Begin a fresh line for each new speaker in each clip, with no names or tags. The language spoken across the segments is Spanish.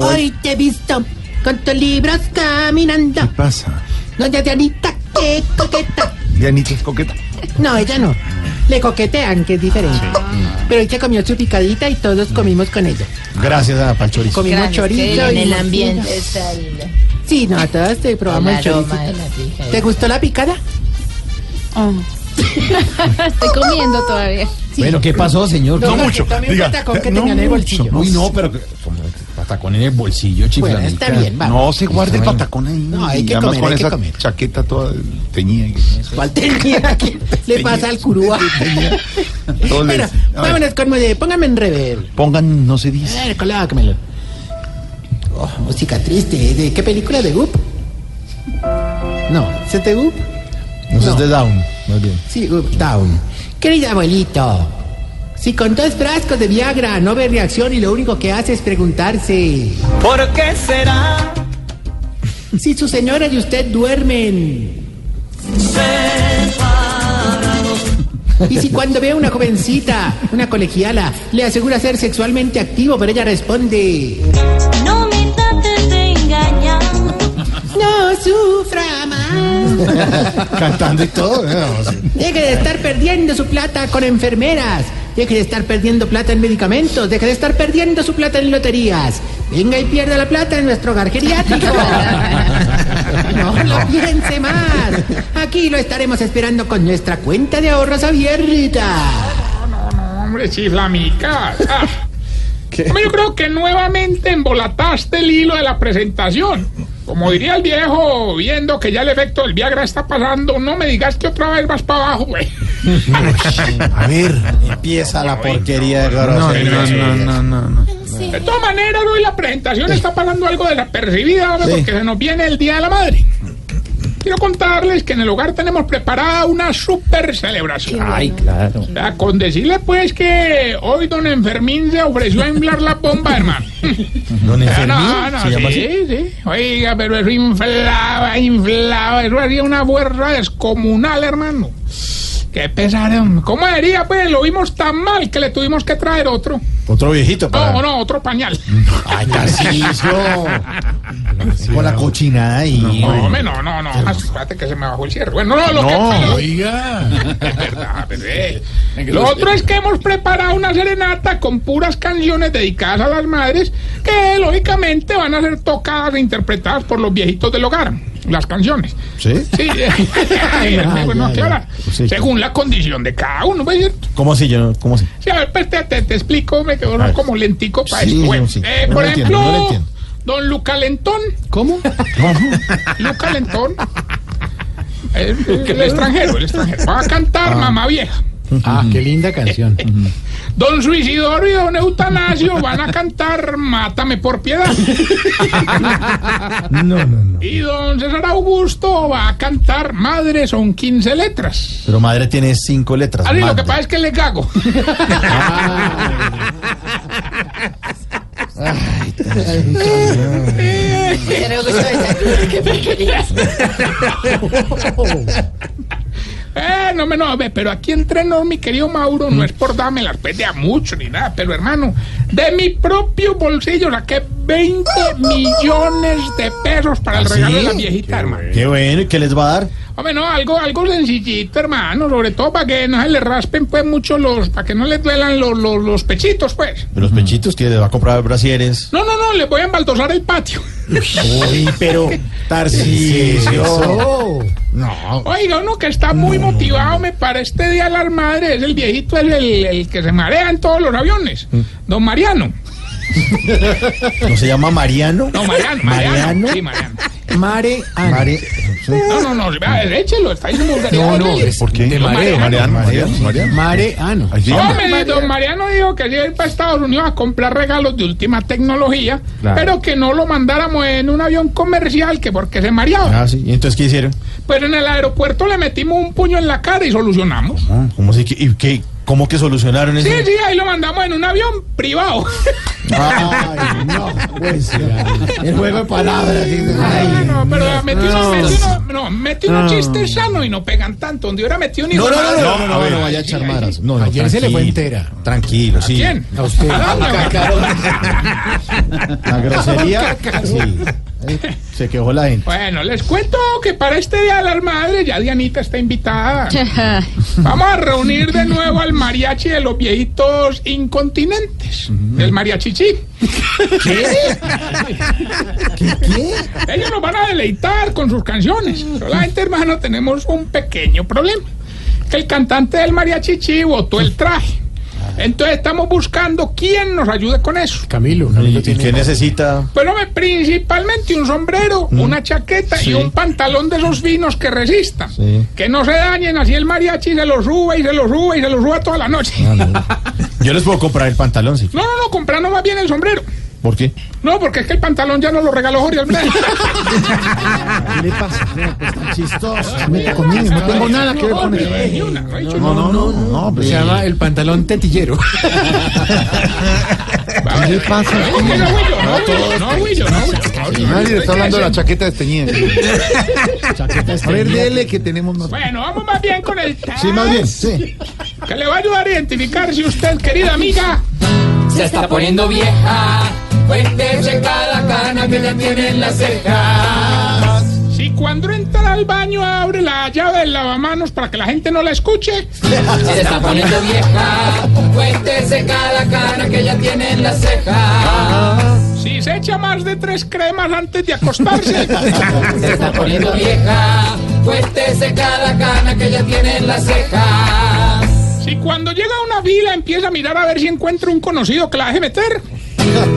Hoy te he visto con tus libros caminando.
pasa?
No, ya Dianita, qué coqueta.
Dianita es coqueta.
No, ella no. Le coquetean, que es diferente. Pero ella comió su picadita y
Mm.
todos comimos con ella.
Gracias a Panchori.
Comimos chorizo.
en
y
el
morcilla.
ambiente está el,
Sí, no, a todas te probamos el chorizo.
aroma de la pija.
¿Te gustó la picada?
Estoy comiendo todavía.
Bueno, ¿qué pasó, señor?
No, mucho. También un patacón que tenía en el bolsillo.
eh, Uy, no, pero que- como patacón en el bolsillo, chiflanita.
Bueno, está bien, vamos.
No, se guarde el patacón ahí.
No, hay
Y
que
además
comer,
con
hay que
esa
comer.
chaqueta toda teñida.
¿Cuál tenía? ¿Qué le pasa al curúa?
Teñida. Todo
Bueno,
les- a ver,
vámonos con Mollet. Póngame en rever.
Pongan, no se
A
dice.
ver, colócamelo. Oh, música triste. ¿De qué película? ¿De Goop? No, ¿se te Goop?
No
No.
es de Down, más bien.
Sí, Goop Down. Querido abuelito, si con dos frascos de Viagra no ve reacción y lo único que hace es preguntarse
¿Por qué será?
si su señora y usted duermen. Y si cuando ve a una jovencita, una colegiala, le asegura ser sexualmente activo, pero ella responde...
No me trates de engañar.
No sufra más.
Cantando y todo. eh, no, sí.
Deje de estar perdiendo su plata con enfermeras. Deje de estar perdiendo plata en medicamentos. Deje de estar perdiendo su plata en loterías. Venga y pierda la plata en nuestro hogar geriátrico. No lo piense más. Aquí lo estaremos esperando con nuestra cuenta de ahorros abierta.
Hombre, chiflamica. Ah. Hombre, yo creo que nuevamente embolataste el hilo de la presentación. Como diría el viejo, viendo que ya el efecto del Viagra está pasando, no me digas que otra vez vas para abajo, güey.
A ver.
Empieza la porquería de grosería.
no, no, no.
De todas maneras, hoy la presentación está pasando algo desapercibida, hombre,
Sí.
porque se nos viene el Día de la Madre. Quiero contarles que en el hogar tenemos preparada una super celebración.
Ay, claro.
O sea, con decirle pues que hoy don Enfermín se ofreció a inflar la bomba, hermano.
Don Enfermín,
Ah, No, no,
¿se llama
sí,
así?
sí. Oiga, pero eso inflaba, inflaba. Eso haría una guerra descomunal, hermano. Qué pesar, hombre. ¿Cómo diría? Pues lo vimos tan mal que le tuvimos que traer otro.
Otro viejito para...
No, no, otro pañal.
Ay, Tarciso. Con la cochinada ahí.
No,
hombre.
hombre, no, no, no. Ah, Espérate que se me bajó el cierre. Bueno, no, lo que.
No,
lo-
oiga.
Es verdad, pero, eh, Lo otro es que hemos preparado una serenata con puras canciones dedicadas a las madres que lógicamente van a ser tocadas e interpretadas por los viejitos del hogar. Las canciones.
¿Sí?
Sí, eh, bueno,
ya,
¿qué
ya.
hora?
Pues Sí,
según la condición de cada uno, ¿no es cierto?
¿Cómo así? Yo, no- ¿Cómo así?
Sí, a ver, pues, te, te- te explico, me quedo
ver.
como lentico para
Sí,
esto. Bueno,
sí,
eh,
no
por
lo entiendo,
ejemplo,
no lo entiendo.
don Luca Lentón,
¿Cómo?
Luca Lentón, el, el- el extranjero, el extranjero, va a cantar Mamá Vieja.
Ah, qué linda canción.
Don Suicidor y Don Eutanasio van a cantar Mátame por piedad.
No, no, no.
Y Don César Augusto va a cantar Madre son 15 letras.
Pero madre tiene cinco letras.
Así lo
madre.
que pasa es que le cago.
Pero gusto de saber qué porquería.
Eh, no me no, ve, pero aquí entre nos, mi querido Mauro, no es por darme las pelea mucho ni nada, pero hermano, de mi propio bolsillo saqué 20 millones de pesos para el
¿Ah,
regalo
sí?
de la viejita, hermano.
Qué bueno, ¿y qué les va a dar?
Hombre, no, algo, algo sencillito, hermano, sobre todo para que no se le raspen pues mucho los, para que no le duelan los, los, los pechitos, pues.
De los pechitos que les va a comprar brasieres.
No, no, no, les voy a embaldosar el patio.
Uy, pero Tarciso.
Oh.
No.
Oiga, uno que está muy motivado, me para este día de las madres, es el viejito, es el, el que se marea en todos los aviones,
Mm.
don Mariano.
¿No se llama Mariano?
No, Mariano, Mariano.
Mariano.
Sí, Mariano.
Mare Ana.
Mare.
No, no, no, vea, échelo, está diciendo vulgaridad.
No, no,
Échele.
¿por qué?
De Mariano, Mariano, Mariano, Mariano.
Mare, ah, no.
Allí,
Hombre, don Mariano dijo que iba a ir para Estados Unidos a comprar regalos de última tecnología,
Claro.
pero que no lo mandáramos en un avión comercial, que porque se mareaba.
Ah, sí. ¿Y entonces qué hicieron?
Pero en el aeropuerto le metimos un puño en la cara y solucionamos.
Ah, ¿Cómo, así que- y qué- cómo que solucionaron eso?
Sí, sí, ahí lo mandamos en un avión privado.
Ay, no, pues,
El juego de palabras. sí.
Ah,
Ay.
no, pero metí unos, metí unos- no, metí unos chistes sanos y no pegan tanto. Donde hubiera metido ni
No, no,
mamada.
no, no, no, no,
A ver,
no vaya a echar maras. No, no,
Ayer se le fue
tranquilo,
entera.
Tranquilo, sí.
¿Quién?
A usted.
¿A dónde, güey?
La grosería. sí. Eh, Se quejó la gente.
Bueno, les cuento que para este Día de las Madres ya Dianita está invitada. Vamos a reunir de nuevo al mariachi de los viejitos incontinentes. El mariachichi. ¿Qué? Ellos nos van a deleitar con sus canciones. Solamente, hermano, tenemos un pequeño problema. Que el cantante del mariachichi botó el traje. Entonces estamos buscando quién nos ayude con eso.
Camilo.
¿Y,
Camilo
y
tiene-
qué necesita?
Pero hombre, Pues principalmente un sombrero, una chaqueta y un pantalón de esos finos que resistan.
Sí.
Que no se dañen, así el mariachi se los sube y se los sube y se los sube toda la noche.
Ah, no. Yo les puedo comprar el pantalón, sí.
No, no, no, comprando más bien el sombrero.
¿Por qué?
No, porque es que el pantalón ya no lo regaló Jorge Alfredo.
¿Qué le pasa? chistoso.
Meta conmigo, no tengo nada que ver con eso.
Ni una, no he dicho
No, no, no, no. no,
Se
pues,
llama el pantalón tetillero.
nada. No, que no, Willo, no, Willo, no, Willo, no, Willo, no, Willo.
Nadie le está hablando de la chaqueta desteñida. A ver, dele que tenemos más.
Bueno, vamos más bien con el test,
Sí, más bien, sí.
que le va a ayudar a identificar si usted, querida amiga,
Se está poniendo vieja. Cuéntese cada cana que le tiene en la ceja.
si cuando entra al baño abre la llave del lavamanos para que la gente no la escuche.
Se está poniendo vieja. Cuéntese cada cana que ya tiene en la ceja.
Si se echa más de tres cremas antes de acostarse.
Se está poniendo vieja. Cuéntese cada cana que ya tiene en la ceja.
si cuando llega a una fila empieza a mirar a ver si encuentra un conocido que la deje meter.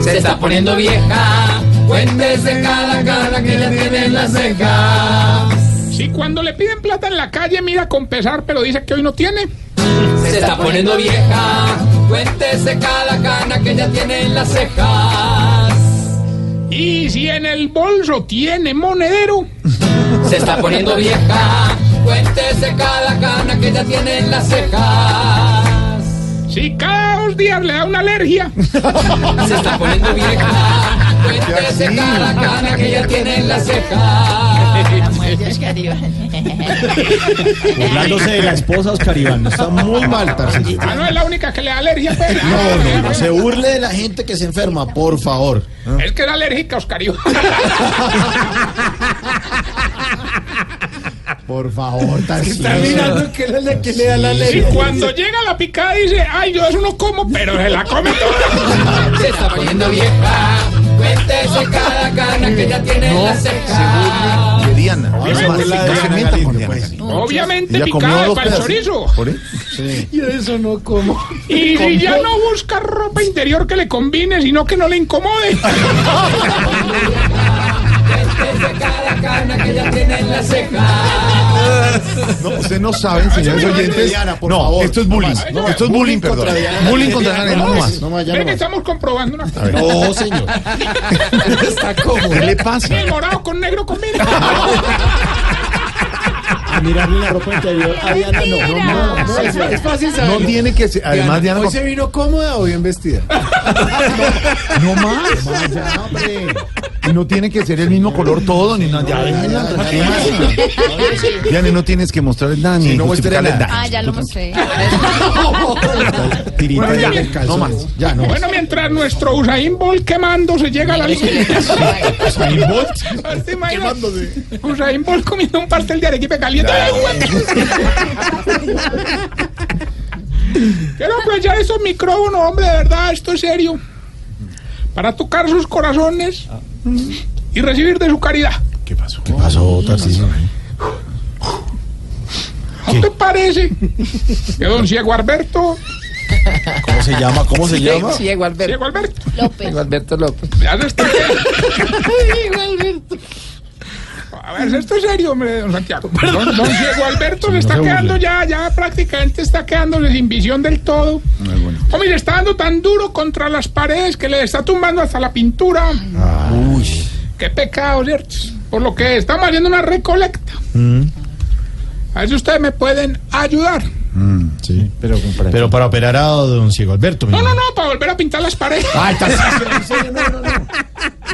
Se está poniendo vieja. Cuéntese cada cana que ya tiene en la ceja.
Si cuando le piden plata en la calle mira con pesar pero dice que hoy no tiene.
Se está poniendo vieja. Cuéntese cada cana que ya tiene en las cejas.
Y si en el bolso tiene monedero.
Se está poniendo vieja. Cuéntese cada cana que ya tiene en las cejas.
Si cada dos días le da una alergia.
Se está poniendo vieja. Cuéntese cada cana que ya tiene en las cejas.
Burlándose de la esposa Oscar Iván. Está muy mal, Tarcisio.
Ah, no es la única que le da alergia. pues. Ah, pero-
No, no, no, se burle de la gente que se enferma, por favor.
Es que era alérgica, Oscario.
Por favor, Tarcisio.
que le, que le da la
Si cuando llega la picada dice, ay, yo eso no como, pero se la come toda.
Se está poniendo vieja. Cuéntese cada cana que ya tiene en las cejas.
De Diana.
Ahora se
Burla de
se
Ana
meta con
Galicia.
Diana. pues.
Obviamente
Ella comió
picada de
dos
pa'l
pedazos.
chorizo.
¿Por eso? Sí.
Yo eso no como.
Y si ya no busca ropa interior que le combine, sino que no le incomode.
Cuéntese cada cana que ya tiene en las cejas.
No, usted no saben, señores oyentes.
Diana, por
no,
favor.
esto es bullying.
No más.
esto es bullying, perdón.
contra Diana.
bullying contra Diana, no más.
No más, ya
Ve
no
que
más.
estamos comprobando una cosa.
No, señor.
Está cómodo. ¿Qué le pasa?
El morado con negro combina.
A mirarle la ropa interior a Diana no.
Mentira.
es fácil saber. No tiene que ser. Además, Diana. ¿Hoy se vino cómoda o bien vestida? no, más. Y no tiene que ser el mismo color todo, ni nada. Ya, Diana, tranquila. Diana, no tienes que mostrar nada, ni
no
justificar
muestre
el
nada.
Ah, ya lo mostré.
Tirita
Bueno, ya.
de calzones.
No más.
Ya, no más.
Bueno, mientras nuestro Usain Bolt quemando se llega a la línea.
Usain Bolt.
¿Te imaginas? Usain Bolt comiendo un pastel de arequipe caliente. Quiero aprovechar estos micrófonos, hombre, de verdad, esto es serio. Para tocar sus corazones y recibir de su caridad.
¿Qué pasó? ¿Qué pasó, Tarcisio?
¿No te parece que don Ciego Alberto,
¿Cómo se llama? ¿Cómo se llama?
Diego Alberto
Ciego
López.
Alberto,
Alberto López.
ya no está?
Diego Alberto.
a ver, esto es serio, hombre, don Santiago. Don, don Diego Alberto se está quedando ya, ya prácticamente está quedando sin visión del todo. Hombre, le está dando tan duro contra las paredes que le está tumbando hasta la pintura. Qué pecado, ¿cierto? Por lo que estamos haciendo una recolecta. A ver si ustedes me pueden ayudar.
Sí. Pero, para operar a don Ciego Alberto.
No, no, no, para volver a pintar las paredes.
Ah, está en serio, no, no, no.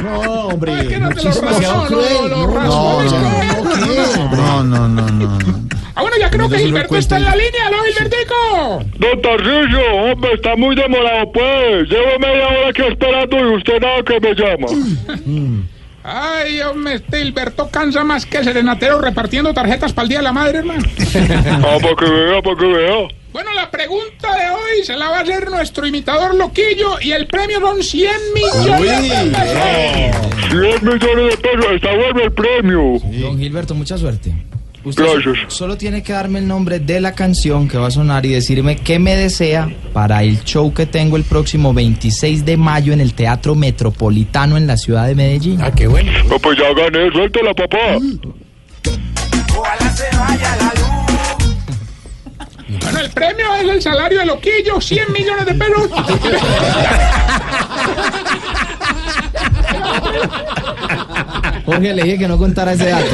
No,
Es
hombre.
que no te lo
muchísimas-
razón, no, no, los raspones, creo.
No, no, no, no. no.
Ah, bueno, ya creo que Gilberto está en la línea, ¿no, Gilbertico?
Don Tarcillo, hombre, está muy demorado, pues. Llevo media hora aquí esperando y usted nada que me llama.
Ay, hombre, este Gilberto cansa más que serenatero repartiendo tarjetas para el Día de la Madre, hermano.
Ah, para que vea, para que vea.
Bueno, la pregunta de hoy se la va a hacer nuestro imitador Loquillo y el premio son 100 millones de pesos.
100 millones de pesos, está bueno el premio.
Don Gilberto, mucha suerte. Usted
Gracias.
solo tiene que darme el nombre de la canción que va a sonar y decirme qué me desea para el show que tengo el próximo 26 de mayo en el Teatro Metropolitano en la ciudad de Medellín.
qué bueno.
Ah, pues ya gané, suéltala, papá.
Bueno, el premio es el salario de Loquillo, 100 millones de pesos.
Jorge, le dije que no contara ese dato.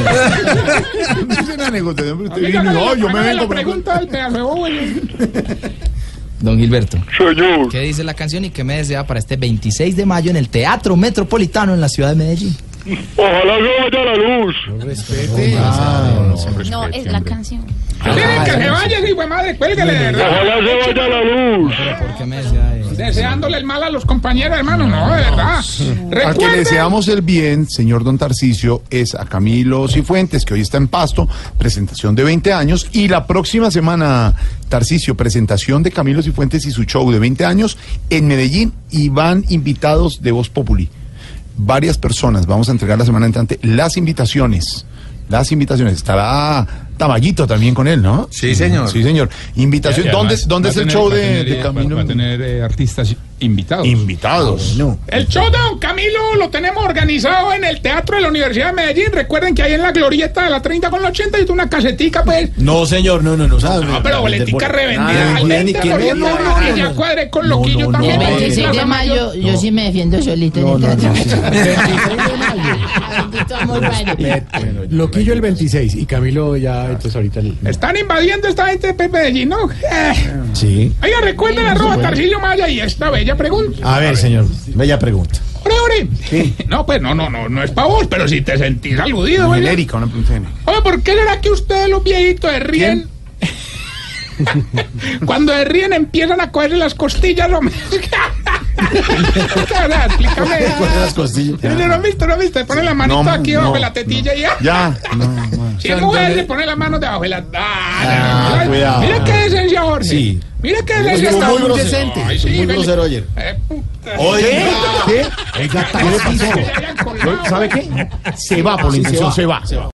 Es una negociación, pero usted
Amiga,
viene, no,
hágale-
yo me
hágale
vengo.
la
pero-
pregunta del pedazo de bobo, güey.
Don Gilberto,
Señor,
¿qué dice la canción y qué me desea para este 26 de mayo en el Teatro Metropolitano en la ciudad de Medellín?
ojalá se vaya la luz.
No, es la canción.
Miren, que se vaya, hijo de madre, cuélguele, de verdad.
Ojalá se vaya la luz.
¿Por qué me desea eso?
Deseándole el mal a los compañeros, hermano, no, de verdad.
A quien le
Recuerden,
deseamos el bien, señor Don Tarcisio, es a Camilo Cifuentes, que hoy está en Pasto, presentación de 20 años, y la próxima semana, Tarcisio, presentación de Camilo Cifuentes y su show de 20 años en Medellín, y van invitados de Voz Populi. Varias personas, vamos a entregar la semana entrante las invitaciones. Las invitaciones. Estará Tamayito también con él, ¿no?
Sí, señor.
Sí, señor. Invitación.
Y
¿Dónde,
además
dónde
va
es
a
el
tener-
show
va a
de,
tener,
de
eh, va-
Camilo?
Va a tener eh, artistas invitados.
Invitados.
el show de Don Camilo lo tenemos organizado en el Teatro de la Universidad de Medellín. Recuerden que ahí en la glorieta de la 30 con la 80 y tú una casetica, pues.
No, señor, no, no, no. ¿sabe?
No, Ah, pero boletica revendida.
Ah,
al
ni
venta,
que no,
porque
no,
no, no,
no,
que ya
no.
cuadré con
No,
loquillo
no,
también.
no,
en
no,
Plaza
26 de mayo, yo sí me defiendo solito en el teatro. Bendito amor, bueno.
Loquillo el 26 y Camilo
Ah,
ya, entonces ahorita el...
Están invadiendo esta gente de Medellín, ¿no? Eh.
Sí.
Oiga, recuerden arroba Tarcillo Maya y esta bella pregunta.
A ver, señor, bella pregunta.
Ore, ore. No, pues no, no, no, no es para vos, pero si te sentís aludido, oiga.
Genérica, una pregunta genérica.
Oye, ¿por qué será que ustedes los viejitos se ríen? Cuando se ríen empiezan a cogerse las costillas, hombre. O sea, Explícame.
Coge las costillas.
Mire, ¿No has visto? ¿No has visto? Se pone la manito
No,
aquí bajo
no,
la tetilla y ya.
Ya. No, bueno.
Si es mujer, le pone la mano debajo de la...
Ah,
Ah, no, no, no.
cuidado.
Mira qué decencia, Jorge.
Sí.
Mira qué decencia.
muy
Jorge.
decente,
Ay, sí,
muy
ven-
grosero ayer.
Eh, puta.
Oye, ¿qué? Oiga, ¿qué le
Se
pasó?
habían colado.
¿Sabe qué? Se va por la intención, se va.